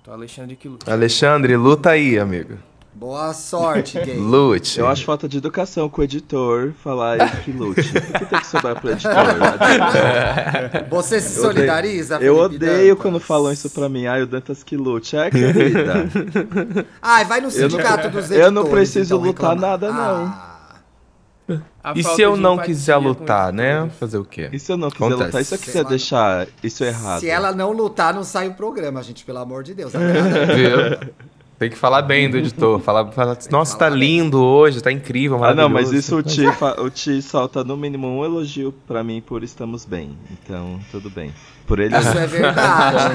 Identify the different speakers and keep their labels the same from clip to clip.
Speaker 1: Então, Alexandre que luta.
Speaker 2: Alexandre, luta aí, amigo.
Speaker 3: Boa sorte, gay.
Speaker 2: Lute.
Speaker 4: Eu acho falta de educação com o editor falar isso que lute. Por que tem que sobrar pro editor? né?
Speaker 3: Você se solidariza,
Speaker 4: Eu
Speaker 3: Felipe
Speaker 4: odeio
Speaker 3: Dantas?
Speaker 4: quando falam isso pra mim. Ai, o Dantas que lute. É, querida.
Speaker 3: Ai, vai no sindicato dos editores.
Speaker 4: eu não preciso
Speaker 3: então,
Speaker 4: lutar
Speaker 3: reclamar.
Speaker 4: nada, não.
Speaker 3: Ah,
Speaker 1: A
Speaker 2: E
Speaker 1: falta
Speaker 2: se eu
Speaker 1: de
Speaker 2: não
Speaker 1: empatia
Speaker 2: quiser
Speaker 1: com
Speaker 2: lutar,
Speaker 1: isso
Speaker 2: né?
Speaker 1: tudo.
Speaker 2: Fazer o quê?
Speaker 4: E se eu não quiser
Speaker 2: Acontece.
Speaker 4: lutar? E se eu
Speaker 3: Sei
Speaker 4: quiser
Speaker 3: lá.
Speaker 4: deixar isso é errado?
Speaker 3: Se ela não lutar, não sai o programa, gente, pelo amor de Deus. É Agora,
Speaker 2: Viu? Tem que falar bem do editor. Falar, falar, nossa, tá lindo hoje, tá incrível,
Speaker 4: Ah,
Speaker 2: maravilhoso.
Speaker 4: não, mas isso o Ti, fa- o Ti solta no mínimo um elogio pra mim por estamos bem. Então, tudo bem. Por ele. né?
Speaker 3: Isso é verdade.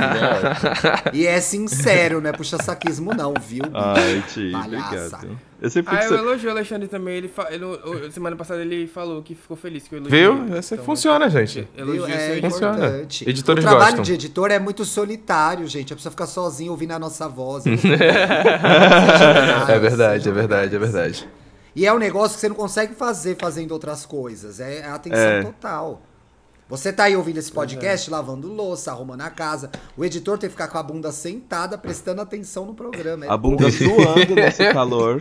Speaker 3: e é sincero, não é puxa-saquismo, não, viu?
Speaker 4: Ai, Ti,
Speaker 3: Palhaça.
Speaker 4: obrigado. Eu sempre
Speaker 1: Ah,
Speaker 4: fico.
Speaker 1: eu
Speaker 4: se-
Speaker 1: elogio o Alexandre também. Ele, fa- ele- o- semana passada ele falou que ficou feliz que eu elogiei.
Speaker 2: Viu? Isso
Speaker 1: Então,
Speaker 2: funciona, gente.
Speaker 1: Elogio
Speaker 3: é
Speaker 1: é
Speaker 2: Funciona.
Speaker 3: importante.
Speaker 2: Editores
Speaker 3: o trabalho
Speaker 2: gostam.
Speaker 3: de editor é muito solitário, gente. A pessoa fica sozinha ouvindo a nossa voz.
Speaker 2: é
Speaker 3: é
Speaker 2: verdade, é verdade, é verdade.
Speaker 3: E é um negócio que você não consegue fazer fazendo outras coisas. É a atenção
Speaker 4: É.
Speaker 3: total. Você tá aí ouvindo esse
Speaker 2: é.
Speaker 3: podcast, lavando louça, arrumando a casa. O editor tem que ficar com a bunda sentada, prestando atenção no programa. É
Speaker 4: A bunda suando nesse calor.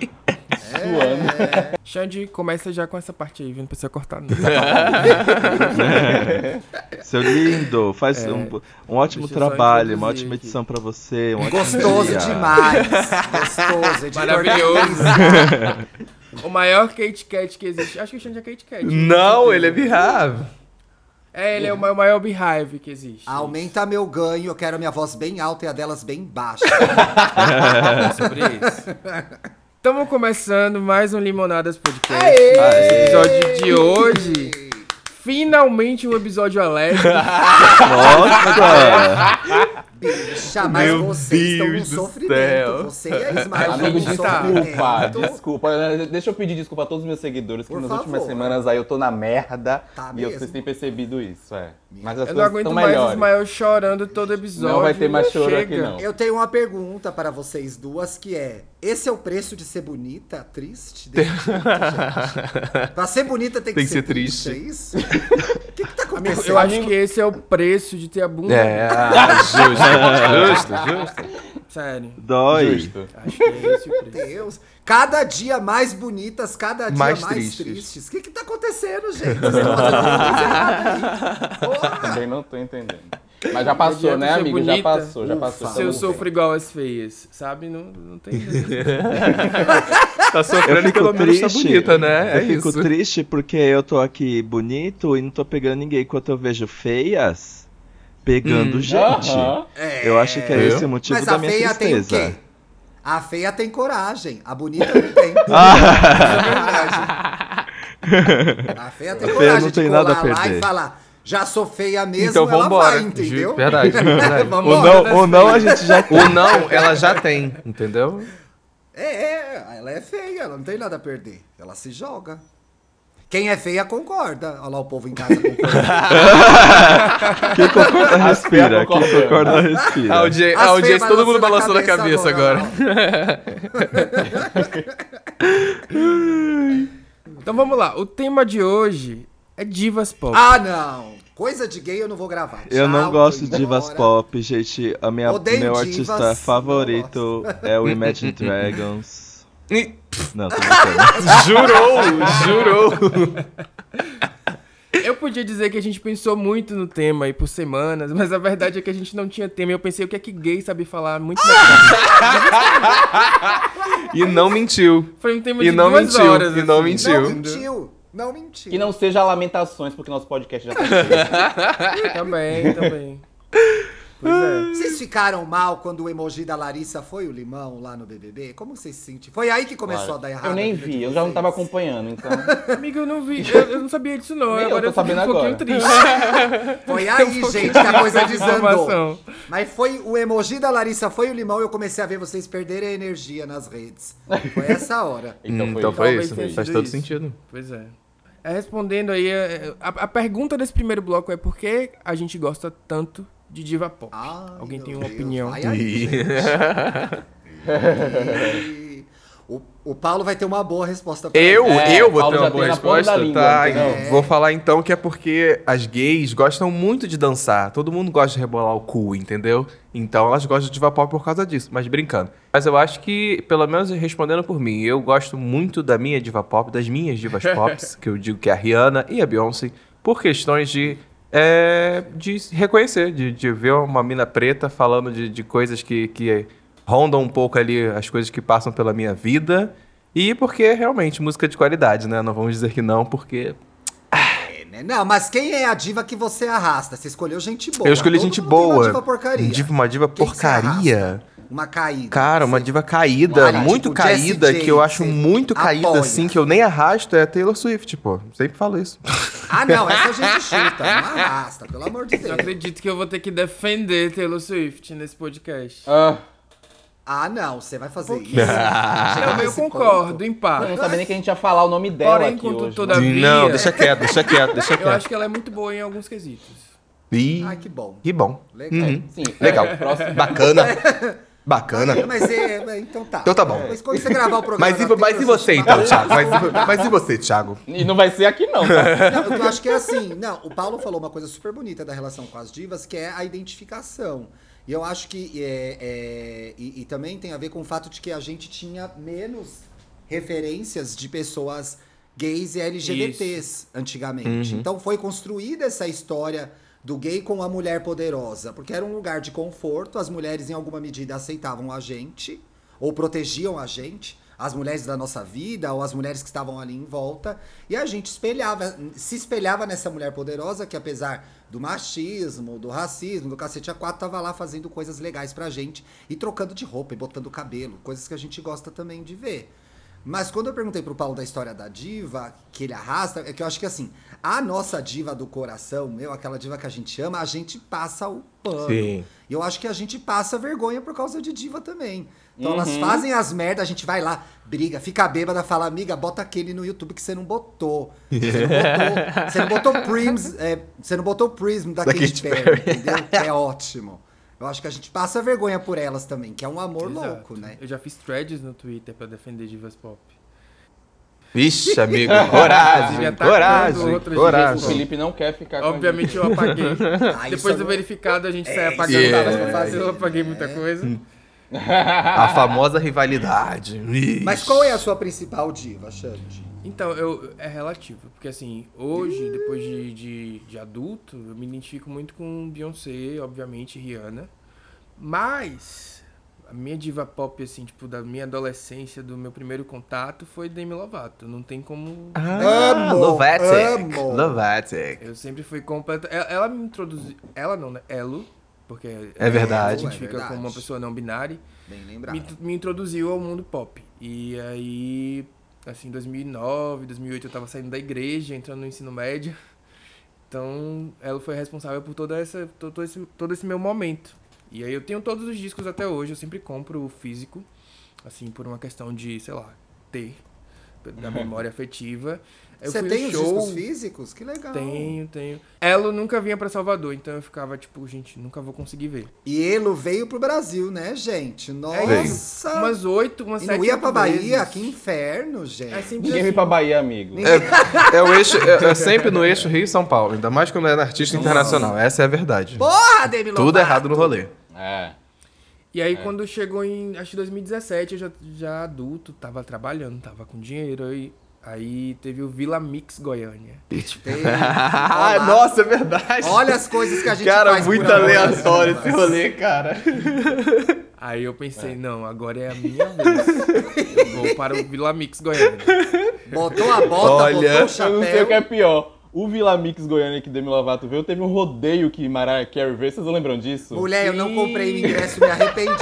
Speaker 1: Xande, começa já com essa parte aí, viu? Não precisa cortar. Não.
Speaker 4: É. Seu lindo, faz um, um ótimo
Speaker 1: deixa eu só
Speaker 4: trabalho, uma
Speaker 1: introduzir
Speaker 4: ótima
Speaker 1: aqui.
Speaker 4: edição pra você. Um ótimo
Speaker 3: É Gostoso
Speaker 2: ah.
Speaker 4: dia.
Speaker 3: demais. Gostoso. Editor
Speaker 1: Maravilhoso.
Speaker 3: da Isa.
Speaker 1: o maior Kate Kat que existe. Acho que o Xande é Kate Kat. né?
Speaker 2: Não, ele é birravo.
Speaker 1: É, ele é o ma- o maior beehive que existe.
Speaker 5: Ah,
Speaker 3: Aumenta meu ganho. Eu quero a minha voz bem alta e a delas bem baixa.
Speaker 1: É sobre isso. Estamos começando mais um Limonadas Podcast.
Speaker 4: Aê!
Speaker 1: Esse episódio de hoje. Finalmente um episódio alegre.
Speaker 4: Nossa!
Speaker 3: Bicha, mas
Speaker 2: Meu
Speaker 3: vocês estão num
Speaker 2: Deus do
Speaker 3: sofrimento.
Speaker 2: céu.
Speaker 3: Você e a Ismael estão
Speaker 5: Amigo,
Speaker 3: num
Speaker 1: tá.
Speaker 5: desculpa,
Speaker 3: sofrimento.
Speaker 5: desculpa. Deixa eu pedir desculpa a todos os meus seguidores, que
Speaker 3: É. Por
Speaker 5: nas
Speaker 3: favor.
Speaker 5: últimas semanas aí eu tô na merda.
Speaker 3: Tá
Speaker 5: e
Speaker 3: mesmo.
Speaker 5: vocês têm percebido isso, é. Mas as
Speaker 1: Eu não
Speaker 5: coisas
Speaker 1: aguento
Speaker 5: estão
Speaker 1: mais o
Speaker 5: melhores.
Speaker 1: Ismael chorando todo episódio.
Speaker 5: Não vai ter mais choro
Speaker 1: Chega.
Speaker 5: aqui, não.
Speaker 3: Eu tenho uma pergunta para vocês duas que é: esse é o preço de ser bonita, triste? De gente? pra ser bonita tem que,
Speaker 2: Tem que ser
Speaker 3: triste. É isso? O que, que tá
Speaker 1: Amigo,
Speaker 3: acontecendo?
Speaker 1: eu acho que esse é o preço de ter a bunda.
Speaker 2: É, ah, justo, justo, justo.
Speaker 1: Sério.
Speaker 4: Dói.
Speaker 5: Justo.
Speaker 1: Acho que é esse o preço.
Speaker 3: Meu Deus. Cada dia mais bonitas, cada dia mais,
Speaker 2: Mais
Speaker 3: tristes.
Speaker 2: tristes.
Speaker 3: O que, que tá acontecendo, gente? Vocês estão fazendo alguma coisa errada aí. Porra!
Speaker 5: Também não tô entendendo. Mas já passou,
Speaker 1: adianta
Speaker 5: né,
Speaker 1: ser
Speaker 5: amigo?
Speaker 1: bonita.
Speaker 5: Já passou, já passou. Então,
Speaker 3: Ufa.
Speaker 1: Se eu
Speaker 5: estamos bem.
Speaker 1: sofro igual as feias, sabe? Não, não tem jeito.
Speaker 2: Tá
Speaker 4: Eu
Speaker 2: sofrendo e
Speaker 4: fico
Speaker 2: pelo menos
Speaker 4: triste.
Speaker 2: tá bonita, né? É
Speaker 4: eu fico
Speaker 2: isso.
Speaker 4: triste porque eu tô aqui bonito e não tô pegando ninguém. Enquanto eu vejo feias pegando gente.
Speaker 5: Aham.
Speaker 4: Eu acho que é
Speaker 2: Viu?
Speaker 4: esse o motivo
Speaker 3: Mas
Speaker 4: da
Speaker 3: a
Speaker 4: minha
Speaker 3: feia tem o
Speaker 4: tristeza.
Speaker 3: quê? A feia tem coragem, a bonita não tem.
Speaker 4: Ah.
Speaker 3: a feia tem
Speaker 4: A feia
Speaker 3: coragem
Speaker 4: não
Speaker 3: de
Speaker 4: tem
Speaker 3: colar
Speaker 4: nada a
Speaker 3: lá e
Speaker 4: perder.
Speaker 3: falar, já sou feia mesmo,
Speaker 2: Então
Speaker 3: ela
Speaker 2: vambora.
Speaker 3: vai, entendeu?
Speaker 2: Ju- verdade, verdade.
Speaker 4: Ou
Speaker 3: vambora.
Speaker 4: não, ou não a gente já
Speaker 2: O não, ela já tem, entendeu?
Speaker 3: É, é, ela é feia, ela não tem nada a perder. Ela se joga. Quem é feia concorda. Olha lá o povo em casa concordando.
Speaker 4: Quem concorda respira.
Speaker 5: As feias
Speaker 4: Quem
Speaker 5: concordam.
Speaker 4: concorda respira.
Speaker 2: A, audi
Speaker 3: As
Speaker 2: a audiência,
Speaker 3: feias
Speaker 2: todo mundo
Speaker 3: balançando
Speaker 2: balançando a cabeça agora.
Speaker 1: Então vamos lá. O tema de hoje é divas pop.
Speaker 3: Ah, não. Coisa de gay eu não vou gravar.
Speaker 4: Eu não
Speaker 3: Tchau,
Speaker 4: gosto
Speaker 3: tô
Speaker 4: de
Speaker 3: indo
Speaker 4: divas
Speaker 3: embora.
Speaker 4: pop, gente. A minha,
Speaker 3: Odeio
Speaker 4: meu
Speaker 3: divas,
Speaker 4: artista
Speaker 3: não
Speaker 4: favorito é o Imagine Dragons.
Speaker 2: Ih,
Speaker 4: Não, tô brincando.
Speaker 2: Jurou, Oh, jurou.
Speaker 1: Eu podia dizer que a gente pensou muito no tema aí por semanas, mas a verdade é que a gente não tinha tema. E eu pensei o que é que gay sabe falar muito melhor.
Speaker 2: E não mentiu.
Speaker 1: Foi um tema
Speaker 2: E
Speaker 1: de
Speaker 2: não
Speaker 1: duas
Speaker 2: mentiu,
Speaker 1: horas. assim.
Speaker 2: e não mentiu.
Speaker 3: Não mentiu. Não mentiu.
Speaker 5: Que não seja lamentações, porque nosso podcast já tá cheio.
Speaker 1: Também, também. Pois é.
Speaker 3: Vocês ficaram mal quando o emoji da Larissa foi o limão lá no BBB? Como vocês se sentem? Foi aí que começou a dar errado.
Speaker 5: Eu nem
Speaker 3: a vida de
Speaker 5: vi, eu já não
Speaker 3: vocês. Hum,
Speaker 5: tava acompanhando, então.
Speaker 1: Amigo, eu não vi. Eu, eu não sabia disso, não.
Speaker 5: Nem eu
Speaker 1: agora
Speaker 5: tô
Speaker 1: eu fiquei
Speaker 5: sabendo
Speaker 1: um pouquinho
Speaker 5: agora.
Speaker 1: triste.
Speaker 3: Foi aí, gente, que a coisa desandou.
Speaker 1: Informação.
Speaker 3: Mas foi o emoji da Larissa, foi o limão, eu comecei a ver vocês perderem a energia nas redes. Foi essa hora.
Speaker 2: Então foi,
Speaker 1: Talvez
Speaker 2: isso.
Speaker 1: tenha
Speaker 2: Faz
Speaker 1: sido
Speaker 2: todo
Speaker 1: isso.
Speaker 2: sentido.
Speaker 1: Pois é. É, Respondendo aí, é, a, a pergunta desse primeiro bloco é por que a gente gosta tanto de diva pop?
Speaker 3: Ai,
Speaker 1: Alguém tem
Speaker 3: meu
Speaker 1: uma
Speaker 3: Deus.
Speaker 1: opinião?
Speaker 3: Vai aí,
Speaker 2: Ih.
Speaker 3: gente. Ih. O, o Paulo vai ter uma boa resposta pra
Speaker 2: Eu,
Speaker 3: ele.
Speaker 5: É,
Speaker 2: eu vou
Speaker 5: Paulo
Speaker 2: ter uma
Speaker 5: já
Speaker 2: boa
Speaker 5: tem na ponta
Speaker 2: resposta?
Speaker 5: da língua,
Speaker 2: tá,
Speaker 5: entendeu?
Speaker 2: então, vou falar então que é porque as gays gostam muito de dançar. Todo mundo gosta de rebolar o cu, entendeu? Então elas gostam de vapor por causa disso, mas brincando. Mas eu acho que, pelo menos respondendo por mim, eu gosto muito da minha diva pop, das minhas divas pops, que eu digo que é a Rihanna e a Beyoncé, por questões de. é, de se reconhecer, de, de ver uma mina preta falando de, de coisas que, que rondam um pouco ali as coisas que passam pela minha vida. E porque realmente música de qualidade, né? Não vamos dizer que não, porque
Speaker 3: É, né? Não, mas quem é a diva que você arrasta? Você escolheu gente boa.
Speaker 2: eu escolhi
Speaker 3: Todo
Speaker 2: gente
Speaker 3: mundo tem
Speaker 2: boa.
Speaker 3: Uma diva porcaria.
Speaker 2: Diva- uma diva
Speaker 3: Quem que você
Speaker 2: porcaria.
Speaker 3: arrasta? Uma caída.
Speaker 2: Cara, uma
Speaker 3: Você-
Speaker 2: diva caída,
Speaker 3: Olha,
Speaker 2: muito
Speaker 3: tipo, Jessie
Speaker 2: caída,
Speaker 3: J,
Speaker 2: que eu acho
Speaker 3: você
Speaker 2: muito caída,
Speaker 3: apoia.
Speaker 2: assim, que eu nem arrasto, é a Taylor Swift, pô. Sempre falo isso.
Speaker 3: Ah, não, essa a gente chuta. Não arrasta, pelo amor de
Speaker 1: Eu
Speaker 3: Deus.
Speaker 1: acredito que eu vou ter que defender Taylor Swift nesse podcast.
Speaker 5: Ah,
Speaker 3: Ah, não, você vai fazer isso.
Speaker 1: Um
Speaker 3: Ah,
Speaker 1: Não, eu concordo, em
Speaker 5: eu não
Speaker 1: parte.
Speaker 5: sabia nem que a gente ia falar o nome dela
Speaker 1: Porém,
Speaker 5: aqui
Speaker 1: contudo,
Speaker 5: hoje.
Speaker 1: toda- Todavia-
Speaker 2: Não, deixa quieto, deixa quieto, deixa
Speaker 1: Eu
Speaker 2: quieto.
Speaker 1: acho que ela é muito boa em alguns quesitos.
Speaker 2: Ih,
Speaker 3: Ah, que bom.
Speaker 2: que bom.
Speaker 3: Legal.
Speaker 2: Uhum.
Speaker 5: Sim,
Speaker 2: Legal.
Speaker 5: é, próximo.
Speaker 2: Bacana. Bacana.
Speaker 3: Mas é, é, então tá.
Speaker 2: Então tá bom.
Speaker 3: Mas quando você gravar o programa.
Speaker 2: Mas e,
Speaker 3: da
Speaker 2: mas e
Speaker 3: Taylor,
Speaker 2: você
Speaker 3: você
Speaker 2: então,
Speaker 3: fala-
Speaker 2: Thiago? Mas, e- mas e você, Thiago?
Speaker 5: E não vai ser aqui, não. tá?
Speaker 3: Não, eu acho que é assim. Não, o Paulo falou uma coisa super bonita da relação com as divas, que é a identificação. E eu acho que. é, é, e, e também tem a ver com o fato de que a gente tinha menos referências de pessoas gays e LGBTs antigamente. Então foi construída essa história do gay com a mulher poderosa, porque era um lugar de conforto, as mulheres em alguma medida aceitavam a gente ou protegiam a gente, as mulheres da nossa vida ou as mulheres que estavam ali em volta, e a gente espelhava, se espelhava nessa mulher poderosa que apesar do machismo, do racismo, do cacete a quatro, tava lá fazendo coisas legais pra gente e trocando de roupa e botando cabelo, coisas que a gente gosta também de ver. Mas quando eu perguntei pro Paulo da história da diva, que ele arrasta, é que eu acho que assim, a nossa diva do coração, meu, aquela diva que a gente ama, a gente passa o pano.
Speaker 2: Sim.
Speaker 3: E eu acho que a gente passa vergonha por causa de diva também. Então elas
Speaker 5: Uhum.
Speaker 3: fazem as merdas, a gente vai lá, briga, fica bêbada, fala, amiga, bota aquele no YouTube que você não botou. Você não botou, você não botou Prism, é, você não botou Prism da,
Speaker 2: Da
Speaker 3: Katy
Speaker 2: Katy
Speaker 3: Perry, entendeu? É ótimo. Eu acho que a gente passa vergonha por elas também, que é um amor
Speaker 1: Exato.
Speaker 3: louco, né?
Speaker 1: Eu já fiz threads no Twitter pra defender divas pop.
Speaker 2: Ixi, amigo,
Speaker 1: Ele
Speaker 2: coragem,
Speaker 1: atacando
Speaker 2: coragem,
Speaker 1: outras
Speaker 5: O
Speaker 1: vezes.
Speaker 2: coragem.
Speaker 5: Felipe não quer ficar
Speaker 1: Obviamente eu apaguei.
Speaker 3: Ah, isso
Speaker 1: Depois do
Speaker 3: não-
Speaker 1: verificado a gente sai
Speaker 3: isso
Speaker 1: apagando.
Speaker 2: não dá
Speaker 1: todas as
Speaker 2: pra
Speaker 1: coisas. Eu
Speaker 3: fazer,
Speaker 1: apaguei
Speaker 3: né?
Speaker 1: muita coisa.
Speaker 5: com a gente.
Speaker 2: A famosa rivalidade. Ixi.
Speaker 3: Mas qual é a sua principal diva, Xande?
Speaker 1: Então, eu, é relativo, porque assim, hoje, depois de, de, de adulto, eu me identifico muito com Beyoncé, obviamente, Rihanna. Mas a minha diva pop, assim, tipo, da minha adolescência, do meu primeiro contato, foi Demi Lovato. Não tem como.
Speaker 2: Ah,
Speaker 3: Amo,
Speaker 2: Novatic.
Speaker 3: amo.
Speaker 2: Novatic.
Speaker 1: Eu sempre fui completa. Ela, ela me introduziu. Ela não, né? Elo. Porque
Speaker 2: É verdade.
Speaker 1: A gente
Speaker 3: É
Speaker 1: fica
Speaker 3: verdade.
Speaker 1: como uma pessoa não binária.
Speaker 3: Bem
Speaker 1: me,
Speaker 3: lembrado.
Speaker 1: me introduziu ao mundo pop. E aí, assim, 2009, 2008 eu tava saindo da igreja, entrando no ensino médio. Então, ela foi responsável por toda essa, to- todo, esse, todo esse meu momento. E aí eu tenho todos os discos até hoje, eu sempre compro o físico, assim, por uma questão de, sei lá, ter, da memória afetiva. Eu
Speaker 3: Você
Speaker 1: fui
Speaker 3: tem
Speaker 1: ao
Speaker 3: os
Speaker 1: show,
Speaker 3: discos físicos? Que legal.
Speaker 1: Tenho, tenho. Elo nunca vinha pra Salvador, então eu ficava tipo, gente, nunca vou conseguir ver.
Speaker 3: E Elo veio pro Brasil, né, gente? Nossa!
Speaker 1: É Umas oito, umas
Speaker 3: Tá. E
Speaker 1: sete
Speaker 3: não ia pra Bahia?
Speaker 1: vezes.
Speaker 3: Que inferno, gente.
Speaker 1: É sempre
Speaker 5: Ninguém vem pra Bahia, amigo.
Speaker 2: É, o eixo, é, é sempre no eixo Rio e São Paulo, ainda mais quando é artista internacional. Essa é a verdade.
Speaker 3: Porra, Ah, Demi Lovato!
Speaker 2: Tudo errado no rolê.
Speaker 5: É.
Speaker 1: E aí, quando chegou em, acho que 2017, eu já, já adulto, tava trabalhando, tava com dinheiro. Aí, aí teve o Vila Mix Goiânia.
Speaker 3: Tem-
Speaker 2: Ah,
Speaker 3: Olha lá.
Speaker 2: nossa, é verdade.
Speaker 3: Olha as coisas que a gente
Speaker 2: Cara,
Speaker 3: faz por
Speaker 2: muito
Speaker 3: amor,
Speaker 2: aleatório
Speaker 3: né?
Speaker 2: esse rolê, cara.
Speaker 1: Aí eu pensei, não, agora é a minha vez. eu vou para o Vila Mix Goiânia.
Speaker 3: Botou a bota,
Speaker 2: Olha,
Speaker 3: botou o
Speaker 5: Eu não sei o
Speaker 3: chapéu.
Speaker 5: que é pior. O Vila Mix Goiânia que Demi Lovato veio, teve um rodeio que Mariah Carey veio. Vocês não lembram disso?
Speaker 3: Mulher, eu não
Speaker 1: Sim.
Speaker 3: comprei o ingresso, me arrependi.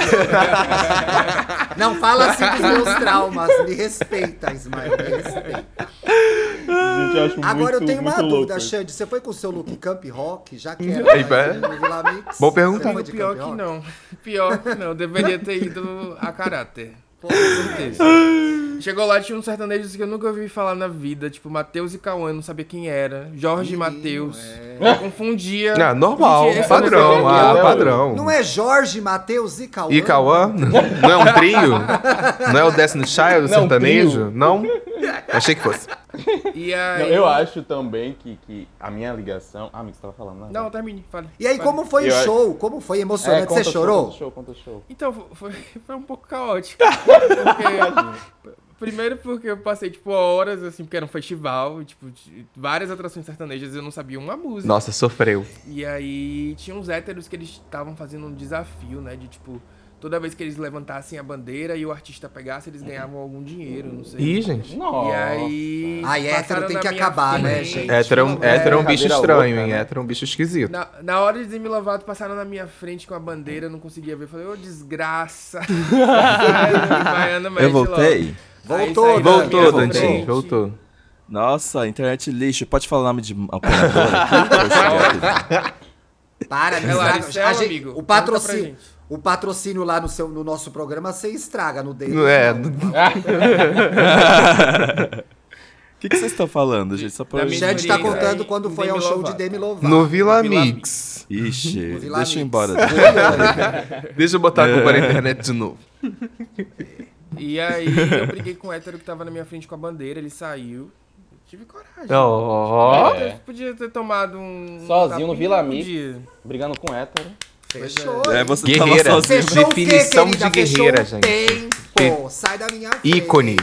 Speaker 3: não fala assim dos meus traumas. Me respeita, Ismael. Me respeita.
Speaker 5: Gente, eu acho
Speaker 3: Agora
Speaker 5: muito,
Speaker 3: eu tenho uma
Speaker 5: muito louco.
Speaker 3: dúvida, Xande. Você foi com o seu look camp rock? Já que era
Speaker 2: Aí, pé.
Speaker 3: no Vila Mix?
Speaker 2: Bom perguntar.
Speaker 3: Você foi de
Speaker 1: Pior
Speaker 3: camp
Speaker 1: que
Speaker 3: rock?
Speaker 1: não. Pior que não. Deveria ter ido a caráter. Com certeza. Chegou lá, tinha uns sertanejos que eu nunca ouvi falar na vida, tipo Matheus e Cauã, eu não sabia quem era. Jorge e
Speaker 3: Menino,
Speaker 1: Matheus.
Speaker 3: é.
Speaker 1: Eu confundia.
Speaker 2: Ah, normal,
Speaker 1: Gente, essa
Speaker 5: é
Speaker 2: padrão,
Speaker 5: uma
Speaker 2: ah,
Speaker 5: série,
Speaker 2: padrão.
Speaker 3: Não é Jorge, Matheus e Cauã?
Speaker 2: E Cauã? Não é um trio? Não é o Destiny Child, o
Speaker 5: Não,
Speaker 2: sertanejo?
Speaker 5: trio.
Speaker 2: Não? Achei que fosse.
Speaker 1: E aí...
Speaker 5: Não, eu acho também que, que a minha ligação. Ah, amigo, você tava falando, né?
Speaker 1: Não, termine, fale.
Speaker 3: Tá E aí,
Speaker 1: Fale.
Speaker 3: como foi
Speaker 5: Eu
Speaker 3: o
Speaker 5: acho- É,
Speaker 3: show? Como foi emocionante?
Speaker 5: conta o
Speaker 3: né? Você
Speaker 5: show,
Speaker 3: chorou?
Speaker 5: Conta o show, conta o show.
Speaker 1: Então, fo- foi, foi um pouco caótico. Porque, primeiro porque eu passei, tipo, horas, assim, porque era um festival, e, tipo, de- várias atrações sertanejas e eu não sabia uma música.
Speaker 2: Nossa, sofreu.
Speaker 1: E aí tinha uns héteros que eles estavam fazendo um desafio, né? De tipo, toda vez que eles levantassem a bandeira e o artista pegasse, eles ganhavam algum dinheiro, não sei.
Speaker 2: Ih, gente.
Speaker 5: Nossa.
Speaker 1: E aí.
Speaker 3: Ai, hétero
Speaker 1: passaram
Speaker 3: tem
Speaker 1: na
Speaker 3: que
Speaker 1: minha
Speaker 3: acabar, né,
Speaker 1: frente.
Speaker 3: gente?
Speaker 2: Hétero é um, hétero é um bicho
Speaker 5: Cadeira
Speaker 2: estranho,
Speaker 5: louca,
Speaker 2: hein?
Speaker 5: né?
Speaker 2: Hétero é um bicho esquisito.
Speaker 1: Na, na hora de Demi Lovato, passaram na minha frente com a bandeira, eu não conseguia ver. Eu Falei, ô, desgraça. Ai, Baiana mexe
Speaker 4: Eu
Speaker 1: logo. né?
Speaker 4: voltei.
Speaker 3: Voltou,
Speaker 1: Aí saí da
Speaker 3: Voltou,
Speaker 1: minha
Speaker 2: Voltou,
Speaker 3: Dantinho,
Speaker 1: frente.
Speaker 2: Dantinho, voltou.
Speaker 4: Nossa, internet lixo. Pode falar o nome de operadora aqui? Eu esqueci.
Speaker 3: Para, me
Speaker 1: Relaxa,
Speaker 3: estraga.
Speaker 1: é
Speaker 3: A
Speaker 1: um
Speaker 3: gente-
Speaker 1: amigo.
Speaker 3: O
Speaker 1: Conta pra
Speaker 3: patrocínio,
Speaker 1: gente.
Speaker 3: o patrocínio lá no, seu, no nosso programa, você estraga no dedo.
Speaker 2: É,
Speaker 4: O que, que vocês estão falando, gente? Só pra
Speaker 1: Da
Speaker 4: eu...
Speaker 3: O
Speaker 1: minha
Speaker 3: Jed tá
Speaker 1: experiência
Speaker 3: contando
Speaker 1: aí,
Speaker 3: quando
Speaker 1: em
Speaker 3: foi ao
Speaker 1: Demi
Speaker 3: show de
Speaker 1: Lovato.
Speaker 3: Demi Lovato.
Speaker 2: no Vila
Speaker 1: Vila
Speaker 2: Mix.
Speaker 4: Ixi,
Speaker 3: Vila
Speaker 4: deixa eu ir
Speaker 3: Mix.
Speaker 4: embora.
Speaker 2: Deixa eu botar a culpa na internet de novo.
Speaker 1: E aí eu briguei com o hétero que tava na minha frente com a bandeira, ele saiu. Eu tive coragem.
Speaker 2: Ó.
Speaker 5: É.
Speaker 1: Eu podia ter tomado um.
Speaker 5: Sozinho
Speaker 1: tapinha,
Speaker 5: no Vila
Speaker 1: não
Speaker 5: Mix.
Speaker 1: podia.
Speaker 5: Brigando com hétero.
Speaker 3: Fechou.
Speaker 4: É, você
Speaker 2: Guerreira.
Speaker 4: tava sozinho.
Speaker 3: Fechou
Speaker 2: Definição
Speaker 3: o quê,
Speaker 2: de
Speaker 3: querida? Fechou
Speaker 2: guerreira,
Speaker 3: o
Speaker 2: gente.
Speaker 3: Tempo. Sai da minha frente.
Speaker 2: Ícone.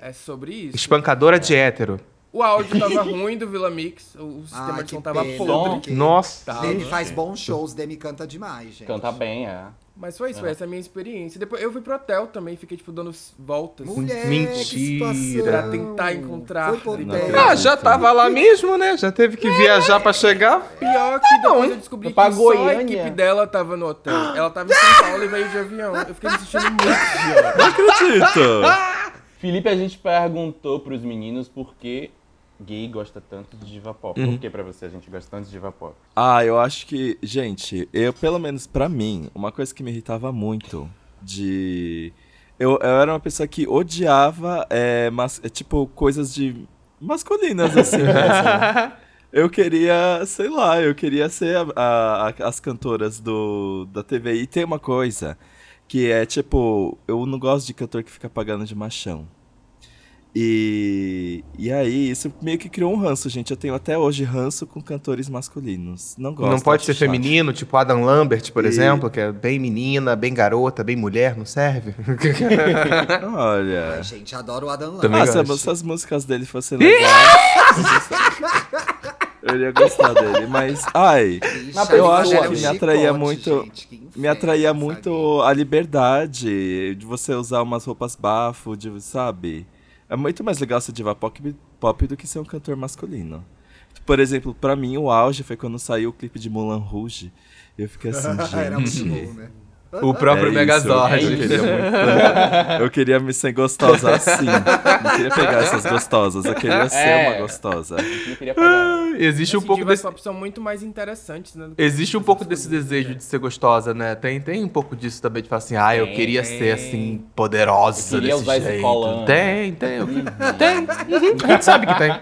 Speaker 1: É sobre isso.
Speaker 2: Espancadora de hétero.
Speaker 1: O áudio tava ruim do Vila Mix, o o sistema
Speaker 3: Ah,
Speaker 1: de
Speaker 3: que
Speaker 1: som tava
Speaker 3: pena.
Speaker 1: podre.
Speaker 3: Que-
Speaker 2: Nossa.
Speaker 1: Tá,
Speaker 3: Demi
Speaker 1: né?
Speaker 3: faz bons shows, Demi canta demais, gente.
Speaker 5: Canta bem, é.
Speaker 1: Mas foi isso, foi essa é a minha experiência. Depois eu fui pro hotel também, fiquei, tipo, dando voltas
Speaker 3: Mulher,
Speaker 2: Mentira.
Speaker 3: que
Speaker 1: pra
Speaker 3: situação.
Speaker 1: tentar encontrar.
Speaker 3: Foi pro
Speaker 1: Depois-
Speaker 4: hotel.
Speaker 2: Ah, já tava lá mesmo, né? Já teve que viajar pra chegar.
Speaker 1: Pior
Speaker 2: Tá
Speaker 1: que depois eu descobri
Speaker 5: Foi pra
Speaker 1: que só a
Speaker 5: Goiânia.
Speaker 1: equipe dela tava no hotel. Ela tava em São Paulo e veio de avião. Eu fiquei me sentindo muito
Speaker 2: um
Speaker 1: idiota.
Speaker 4: Não acredito.
Speaker 5: Felipe, a gente perguntou pros meninos por que gay gosta tanto de diva pop.
Speaker 3: Uhum.
Speaker 5: Por que pra você a gente gosta tanto de diva pop?
Speaker 4: Ah, eu acho que, gente, eu pelo menos pra mim, uma coisa que me irritava muito de eu, eu era uma pessoa que odiava é, mas é, tipo coisas de masculinas assim. mesmo. Eu queria, sei lá, eu queria ser a- a- a- as cantoras do da TV e tem uma coisa que é tipo, eu não gosto de cantor que fica pagando de machão. E, e aí, isso meio que criou um ranço, gente. Eu tenho até hoje ranço com cantores masculinos. Não gosto.
Speaker 2: não pode
Speaker 4: acho
Speaker 2: ser
Speaker 4: chato.
Speaker 2: feminino, tipo Adam Lambert, por
Speaker 4: E-
Speaker 2: exemplo, que é bem menina, bem garota, bem mulher, não serve?
Speaker 4: Olha.
Speaker 3: Ai, gente, adoro o Adam Lambert.
Speaker 2: Também
Speaker 4: Ah, se,
Speaker 2: gosto.
Speaker 4: a- se as músicas dele fossem legais. eu iria gostar dele, mas. Ai.
Speaker 5: Mas
Speaker 4: eu
Speaker 5: ele
Speaker 4: acho
Speaker 5: era
Speaker 4: que
Speaker 5: um
Speaker 4: me
Speaker 5: chicote,
Speaker 4: atraía muito. me atraía muito a liberdade de você usar umas roupas bafo, de, sabe? É muito mais legal ser diva pop, pop do que ser um cantor masculino. Por exemplo, pra mim o auge foi quando saiu o clipe de Moulin Rouge. Eu fiquei assim,
Speaker 3: Era muito
Speaker 4: gente.
Speaker 3: bom, né?
Speaker 2: O próprio
Speaker 4: É isso,
Speaker 2: Megazord.
Speaker 4: Eu queria, muito, eu queria me ser gostosa assim. Não queria pegar essas gostosas, eu queria ser
Speaker 5: É.
Speaker 4: uma gostosa.
Speaker 5: Felipe queria pegar.
Speaker 2: Existe um
Speaker 1: Assim,
Speaker 2: pouco
Speaker 1: divas
Speaker 2: desse,
Speaker 1: pop são muito mais interessantes, né? do que
Speaker 2: existe um
Speaker 1: as
Speaker 2: pouco
Speaker 1: outras
Speaker 2: desse
Speaker 1: coisas.
Speaker 2: desejo de ser gostosa, né? Tem, tem um pouco disso também de falar assim, ah, eu
Speaker 5: Tem,
Speaker 2: queria
Speaker 5: tem.
Speaker 2: ser assim poderosa
Speaker 5: Eu queria
Speaker 2: desse
Speaker 5: usar esse
Speaker 2: jeito.
Speaker 5: colã. Uhum.
Speaker 2: Tem, tem, tem. Uhum. A gente sabe que tem.